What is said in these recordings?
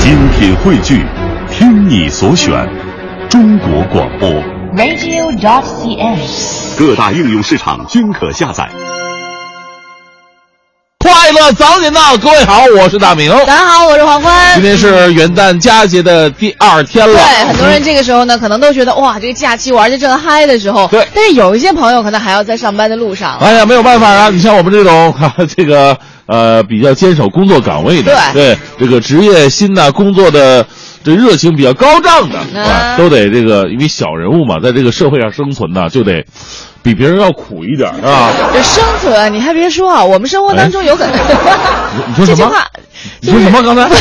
精品汇聚，听你所选，中国广播。 radio.cn。各大应用市场均可下载。快乐早点到，各位好，我是大明。大家好，我是黄今欢。天是元旦佳节的第二天了，嗯对，很多人这个时候呢，可能都觉得哇，这个假期玩的正嗨的时候。对但是有一些朋友可能还要在上班的路上。哎呀，没有办法啊！你像我们这种哈哈这个呃比较坚守工作岗位的，对对这个职业心呐、工作的这热情比较高涨的，嗯啊，都得这个因为小人物嘛，在这个社会上生存呢，就得比别人要苦一点儿 啊。这生存，你还别说啊，我们生活当中有很多。哎你说 什这句么话，你说什么刚 才？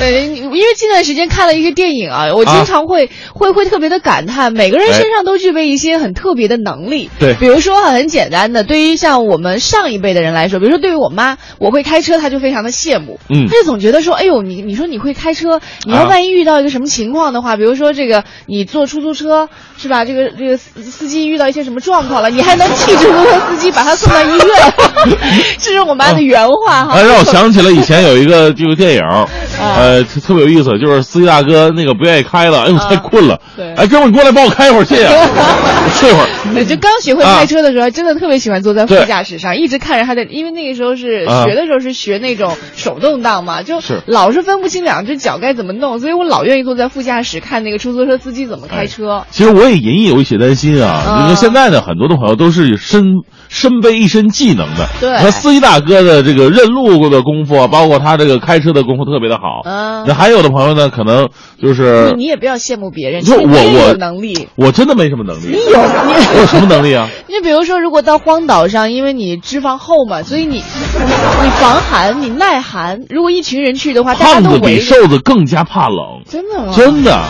对，因为近段时间看了一个电影啊，啊我哎经常会、会会特别的感叹，每个人身上都具备一些很特别的能力。对比如说很简单的，对于像我们上一辈的人来说，比如说对于我妈，我会开车，她就非常的羡慕，嗯她就总觉得说，哎呦，你你说你会开车，你要啊万一遇到一个什么情况的话，比如说这个你坐出租车是吧？这个这个司司机遇到一些什么状况了，你还能 替出租车司机把他送到医院， 这是我妈的原话哈。 哎，让我想起了以前有一个这个电 影啊儿，呃，特特别有意思，就是司机大哥那个不愿意开了，哎呦啊太困了，对哎哥们儿你过来帮我开一会儿，谢 谢，我睡会儿。对，就刚学会开车的时候，真的特别喜欢坐在副啊对驾驶上，一直看着他的，因为那个时候是啊学的时候是学那种手动挡嘛，就是老是分不清两只脚该怎么弄，所以我老愿意坐在副驾驶看那个出租车司机怎么开车。其实我也隐隐有一些担心啊，嗯你说现在呢，很多的朋友都是身身背一身技能的，对你看司机大哥的这个认路的功夫啊，包括他这个开车的功夫特别的好，嗯那还有的朋友呢，可能就是你你也不要羡慕别人，就其实你我也我有能力。我真的没什么能力，你有我有什么能力 啊？你比如说，如果到荒岛上，因为你脂肪厚嘛，所以你你防寒，你耐寒。如果一群人去的话，大家胖都子比围着，瘦子更加怕冷，真的吗？真的。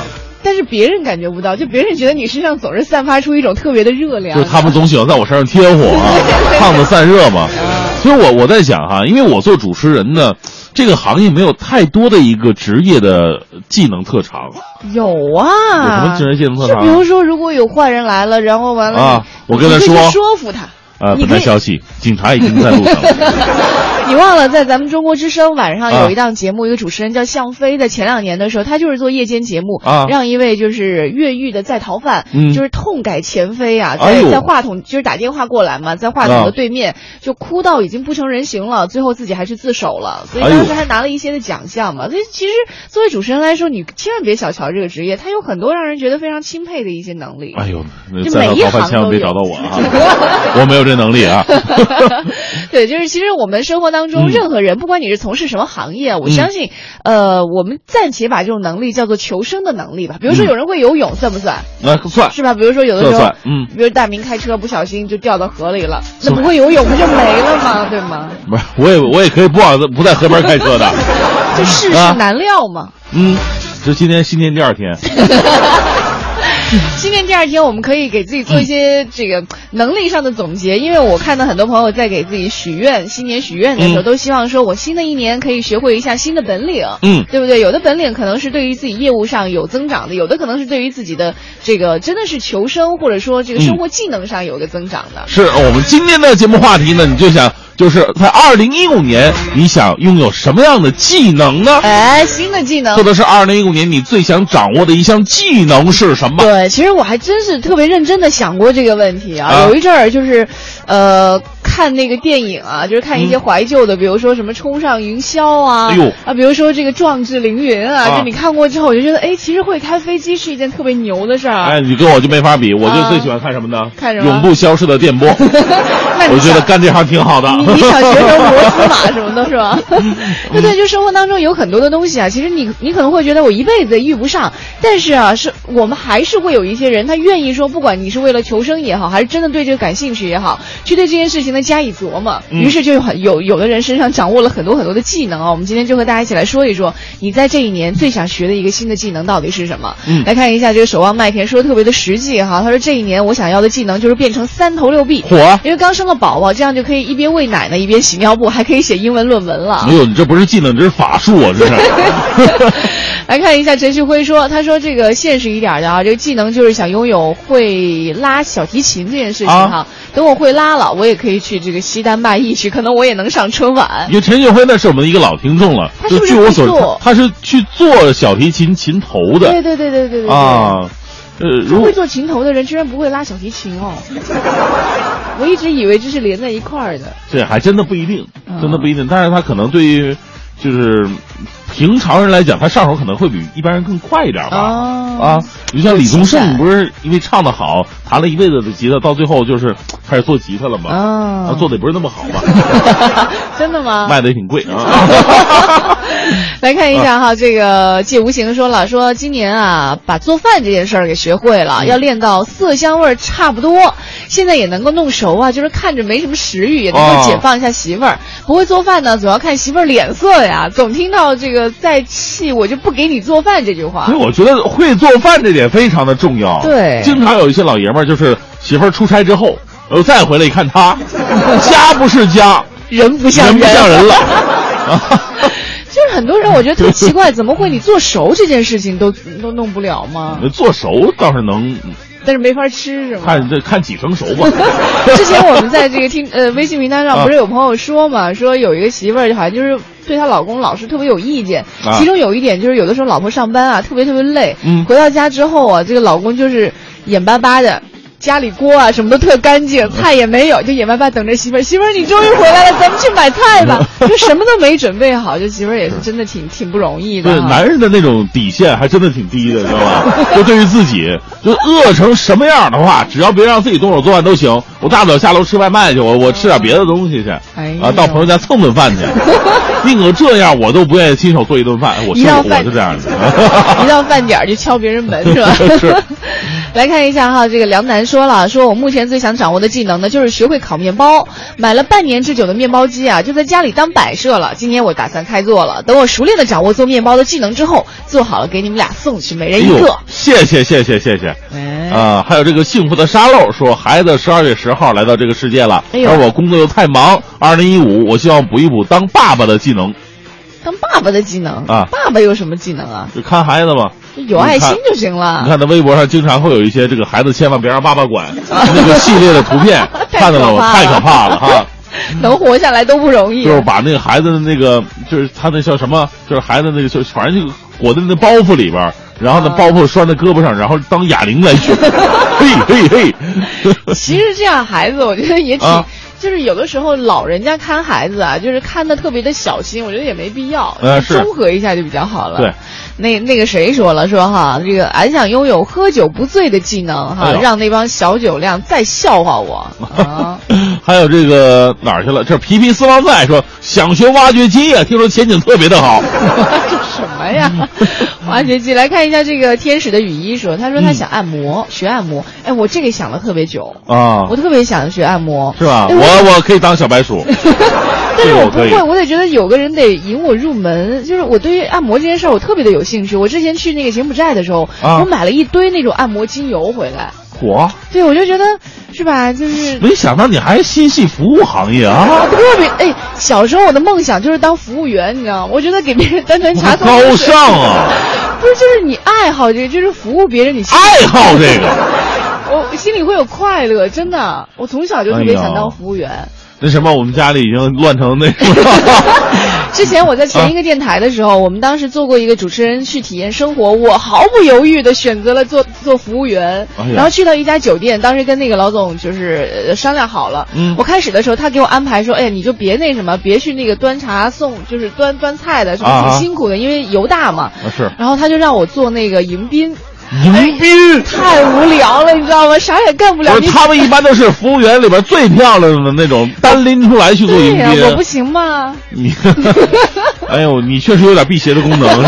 但是别人感觉不到，就别人觉得你身上总是散发出一种特别的热量。就他们总喜欢在我身上贴火 啊，胖子散热嘛。所以我我在想哈、因为我做主持人呢，这个行业没有太多的一个职业的技能特长，有有什啊，么职业技能特就长比如说，如果有坏人来了，然后完了啊你我跟他你可以说去说服他。呃，你本台可以，消息，警察已经在路上了。 你忘了在咱们中国之声晚上啊有一档节目，一个主持人叫向飞，在前两年的时候，他就是做夜间节目，啊让一位就是越狱的在逃犯，嗯就是痛改前非啊，哎在呦在话筒就是打电话过来嘛，在话筒啊的对面就哭到已经不成人形了，最后自己还是自首了，所以哎呦当时还拿了一些的奖项嘛。所以其实作为主持人来说，你千万别小瞧这个职业，他有很多让人觉得非常钦佩的一些能力。哎呦，那就在每一逃犯行千万都别有找到我 啊，我没有这能力啊。对，就是其实我们生活嗯当中，任何人，不管你是从事什么行业，我嗯相信，呃，我们暂且把这种能力叫做求生的能力吧。比如说，有人会游泳，算不算？那嗯算是吧？比如说，有的这时候算，嗯比如大明开车不小心就掉到河里了，那是不会游泳不就没了吗？对吗？不是，我也我也可以不往不在河边开车 的。就世事啊难料嘛。嗯，这今天新年第二天， 今天第二天，我们可以给自己做一些这个能力上的总结，因为我看到很多朋友在给自己许愿，新年许愿的时候，嗯都希望说我新的一年可以学会一项新的本领，嗯对不对？有的本领可能是对于自己业务上有增长的，有的可能是对于自己的这个真的是求生或者说这个生活技能上有一个增长的。是我们今天的节目话题呢，你就想就是在二零一五年，你想拥有什么样的技能呢？哎，新的技能或。者是二零一五年你最想掌握的一项技能是什么？对，其实我还真是特别认真的想过这个问题啊。啊有一阵儿就是，呃，看那个电影啊，就是看一些怀旧的，比如说什么《冲上云霄》嗯啊，哎呦啊，比如说这个《壮志凌云》啊，啊就你看过之后，我就觉得，哎，其实会开飞机是一件特别牛的事儿。哎，你跟我就没法比，我就啊最喜欢看什么呢？看什么永不消逝的电 波。 那你我觉得想干这行挺好的。你你想学成摩斯码什么的，是吧？嗯对对，就生活当中有很多的东西啊，其实你你可能会觉得我一辈子也遇不上，但是啊，是我们还是会有一些人，他愿意说，不管你是为了求生也好，还是真的对这个感兴趣也好，去对这件事情呢加以琢磨，嗯于是就有很有有的人身上掌握了很多很多的技能啊。我们今天就和大家一起来说一说，你在这一年最想学的一个新的技能到底是什么？嗯来看一下这个守望麦田说的特别的实际哈，他说这一年我想要的技能就是变成三头六臂。 火。 因为刚生了宝宝，这样就可以一边喂奶呢，一边洗 尿布，还可以写英文论文了哎。呦，你这不是技能，这是法术啊！这是。 来看一下陈旭辉说，他说这个现实一点的啊，这个技能就是想拥有会拉小提琴这件事情哈、啊等我会拉了，我也可以去这个西单卖艺去，可能我也能上春晚因。为陈雪辉那是我们的一个老听众了他，是就不是据我所会知做，他是去做小提琴琴头对的对对对对对对。啊。呃，如会果做琴头的人居然不会拉小提琴 哦，我一直以为这是连在一块儿的。这还真的不一定嗯，真的不一定。但是他可能对于就是平常人来讲，他上手可能会比一般人更快一点吧。哦啊，你像李宗有情盛，感不是因为唱的好，弹了一辈子的吉他，到最后就是开始做吉他了嘛。啊，哦做的也不是那么好嘛， 真的吗？卖的也挺贵啊。 来看一下哈，这个借无形说了，说今年啊，把做饭这件事儿给学会了，嗯要练到色香味儿差不多，现在也能够弄熟啊，就是看着没什么食欲，也能够哦解放一下媳妇儿。不会做饭呢，总要看媳妇儿脸色呀，总听到这个在气我就不给你做饭这句话所以。我觉得会做饭这点非常的重要。啊对经常有一些老爷们儿就是媳妇儿出差之后，呃，再回来一看 他，家不是家，人不像人不人像人了。啊 就是很多人，我觉得特 奇怪，怎么会你做熟这件事情都都弄不了吗？做熟倒是能但是没法吃是吗？看这看几成熟吧。 之前我们在这个听呃微信平台上啊不是有朋友说嘛，说有一个媳妇儿好像就是对她老公老是特别有意见，啊其中有一点就是有的时候老婆上班啊特别特别累，嗯回到家之后啊，这个老公就是眼巴巴的。家里锅啊什么都特干净，菜也没有，就眼巴巴等着媳妇儿。媳妇儿，你终于回来了，咱们去买 菜吧。就什么都没准备好，这媳妇儿也是真的挺挺不容易的对哈。男人的那种底线还真的挺低的，知道 吧？就对于自己，就饿成什么样的话，只要别让自己动手做饭都行。我大不了下楼吃外卖去，我我吃点别的东西去，哎呦啊，到朋友家蹭顿 饭去，宁可这样，我都不愿意亲手做一顿饭。哎我一是到我饭我是这样的， 一到饭点儿就敲别人门是吧？ 是 来看一下哈，这个梁楠说了，说我目前最想掌握的技能呢，就是学会烤面包。买了半年之久的面包机啊，就在家里当摆设了。今年我打算开做了，等我熟练的掌握做面包的技能之后，做好了给你们俩送去，每人一哎个呦。谢谢谢谢谢谢。哎啊，还有这个幸福的沙漏说，孩子十二月十号来到这个世界了，哎呦而我工作又太忙。二零一五，我希望补一补当爸爸的技能，当爸爸的技能啊爸爸有什么技能啊？就看孩子嘛。有爱心你看就行了。，你看，在微博上经常会有一些这个孩子千万别让爸爸管那个系列的图片看到了吗？ 太太可可怕怕了了 哈！能活下来都不容易。就是把那个孩子的那个，就是他那叫什么，就是孩子那个，就反正就裹在那包袱里边儿，然后呢啊，包袱拴在胳膊上，然后当哑铃来 用，嘿嘿嘿。其实这样孩子，我觉得也挺，啊就是有的时候老人家看孩子啊，就是看的特别的小心，我觉得也没必要，呃是综合一下就比较好了。对。那那个谁说了说哈，这个俺想拥有喝酒不醉的技能哈，哎呦让那帮小酒量再笑 话我啊！还有这个哪儿去了？这皮皮私房菜说想学挖掘机啊，听说前景特别的 好。这什 么呀？挖掘机来看一下这个天使的雨衣说，他说他嗯想按摩，学按摩。哎，我这个想了特别久，啊我，特别想学按摩，是吧？哎我我我可以当小白 鼠。 但是我不这个我可会，以我得觉得有个人得引我入门。就是我对于按摩这件事儿，我特别的有兴趣。我之前去那个柬埔寨的时候，啊我买了一堆那种按摩精油回来。火，对，我就觉得是吧，就是没想到你还心系服务行业啊！特别哎。小时候我的梦想就是当服务员，你知道吗？我觉得给别人端端茶送高尚啊！ 不是，就是你爱好这个，就是服务别人，你心里爱好这个，我心里会有快乐，真的。我从小就特别哎想呦当服务员。那什么，我们家里已经乱成那什么 之前我在前一啊个电台的时候，我们当时做过一个主持人去体验生活，我毫不犹豫的选择了做做服务员，哎呀然后去到一家酒店，当时跟那个老总就是呃商量好了。嗯我开始的时候，他给我安排说，哎呀，你就别那什么，别去那个端茶送，就是端端菜的，什啊么啊挺辛苦的，因为油大嘛。啊是然后他就让我做那个迎宾，哎迎宾。太无聊了，你知道吗？啥也干不了。不你是，他们一般都是服务员里边最漂亮的那种，单拎出来去做哦对迎呀、我不宾。行吗？你， 哎呦，你确实有点辟邪的功能。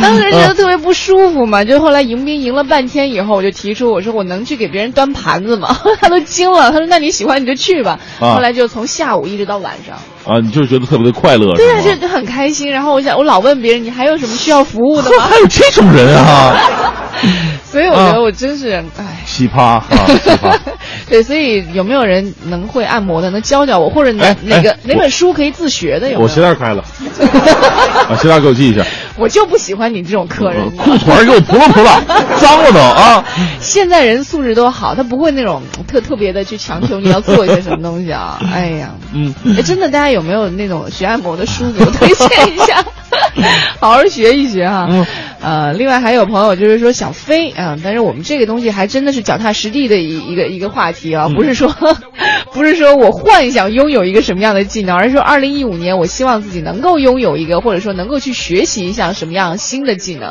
当时觉嗯得特别不舒服嘛，就后来迎宾迎了半天以后，我就提出我说我能去给别人端盘子吗？ 他都惊了，他说那你喜欢你就去吧。啊后来就从下午一直到晚上， 啊，你就觉得特别的快乐，对啊，是吗就很开心。然后我想我老问别人你还有什么需要服务 的呵吗？还有这种人啊， 所以我觉得我真是唉。奇葩啊，奇葩！ 对，所以有没有人能会按摩的，能教教我，或者哪哎哪个哎哪本书可以自学的？有没有？啊我鞋带开了，把鞋带给我系一下。 我就不喜欢你这种客人。裤腿儿给我扑棱扑棱，脏了都啊！现在人素质都好，他不会那种特特别的去强求你要做一些什么东西啊。哎呀，嗯，哎，真的，大家有没有那种学按摩的书给我推荐一下？ 好好学一学哈、嗯呃，另外还有朋友就是说想飞啊、但是我们这个东西还真的是脚踏实地的一一个一个话题嗯啊，不是说 不是说我幻想拥有一个什么样的技能，而是说二零一五年我希望自己能够拥有一个，或者说能够去学习一项什么样新的技能。